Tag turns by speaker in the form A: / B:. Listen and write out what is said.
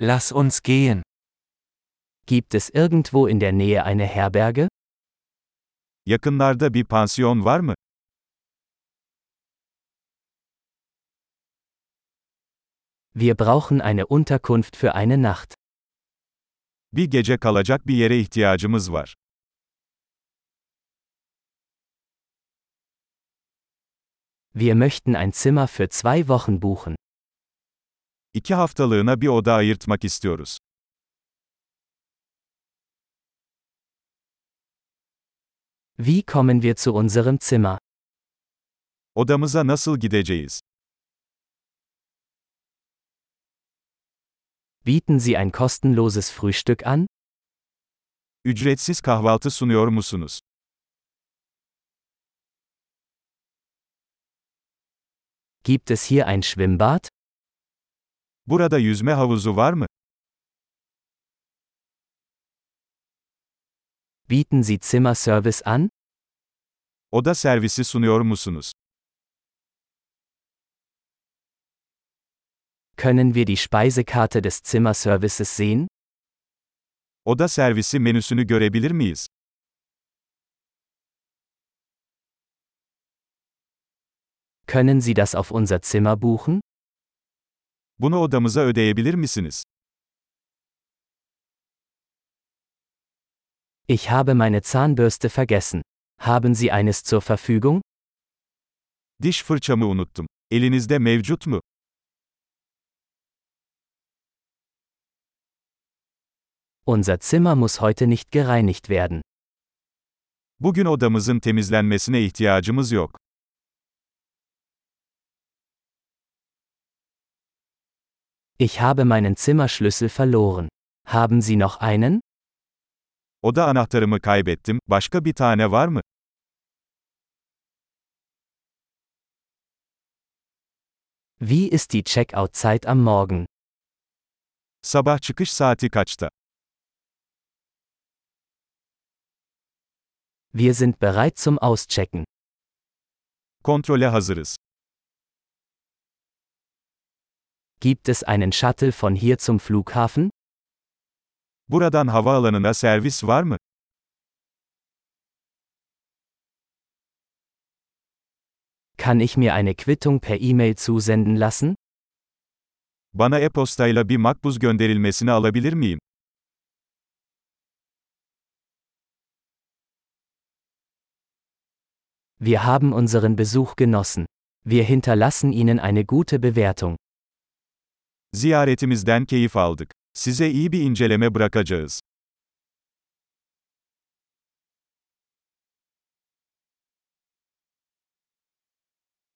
A: Lass uns gehen.
B: Gibt es irgendwo in der Nähe eine Herberge?
C: Yakınlarda bir pansiyon var mı?
B: Wir brauchen eine Unterkunft für eine Nacht.
C: Bir gece kalacak bir yere ihtiyacımız var.
B: Wir möchten ein Zimmer für zwei Wochen buchen.
C: İki haftalığına bir oda ayırtmak istiyoruz.
B: Wie kommen wir zu unserem Zimmer?
C: Odamıza nasıl gideceğiz?
B: Bieten Sie ein kostenloses Frühstück an?
C: Ücretsiz kahvaltı sunuyor musunuz?
B: Gibt es hier ein Schwimmbad?
C: Burada yüzme havuzu var mı?
B: Bieten Sie Zimmerservice an?
C: Oda servisi sunuyor musunuz?
B: Können wir die Speisekarte des Zimmerservices sehen?
C: Oda servisi menüsünü görebilir miyiz?
B: Können Sie das auf unser Zimmer buchen?
C: Bunu odamıza ödeyebilir misiniz?
B: Ich habe meine Zahnbürste vergessen. Haben Sie eines zur Verfügung?
C: Diş fırçamı unuttum. Elinizde mevcut mu?
B: Unser Zimmer muss heute nicht gereinigt werden.
C: Bugün odamızın temizlenmesine ihtiyacımız yok.
B: Ich habe meinen Zimmerschlüssel verloren. Haben Sie noch einen?
C: Oda anahtarımı kaybettim. Başka bir tane var mı?
B: Wie ist die Checkout-Zeit am Morgen?
C: Sabah çıkış saati kaçta?
B: Wir sind bereit zum Auschecken.
C: Kontrole hazırız.
B: Gibt es einen Shuttle von hier zum Flughafen?
C: Buradan havaalanına servis var mı?
B: Kann ich mir eine Quittung per E-Mail zusenden lassen?
C: Bana e-postayla bir makbuz gönderilmesini alabilir miyim?
B: Wir haben unseren Besuch genossen. Wir hinterlassen Ihnen eine gute Bewertung.
C: Ziyaretimizden keyif aldık. Size iyi bir inceleme bırakacağız.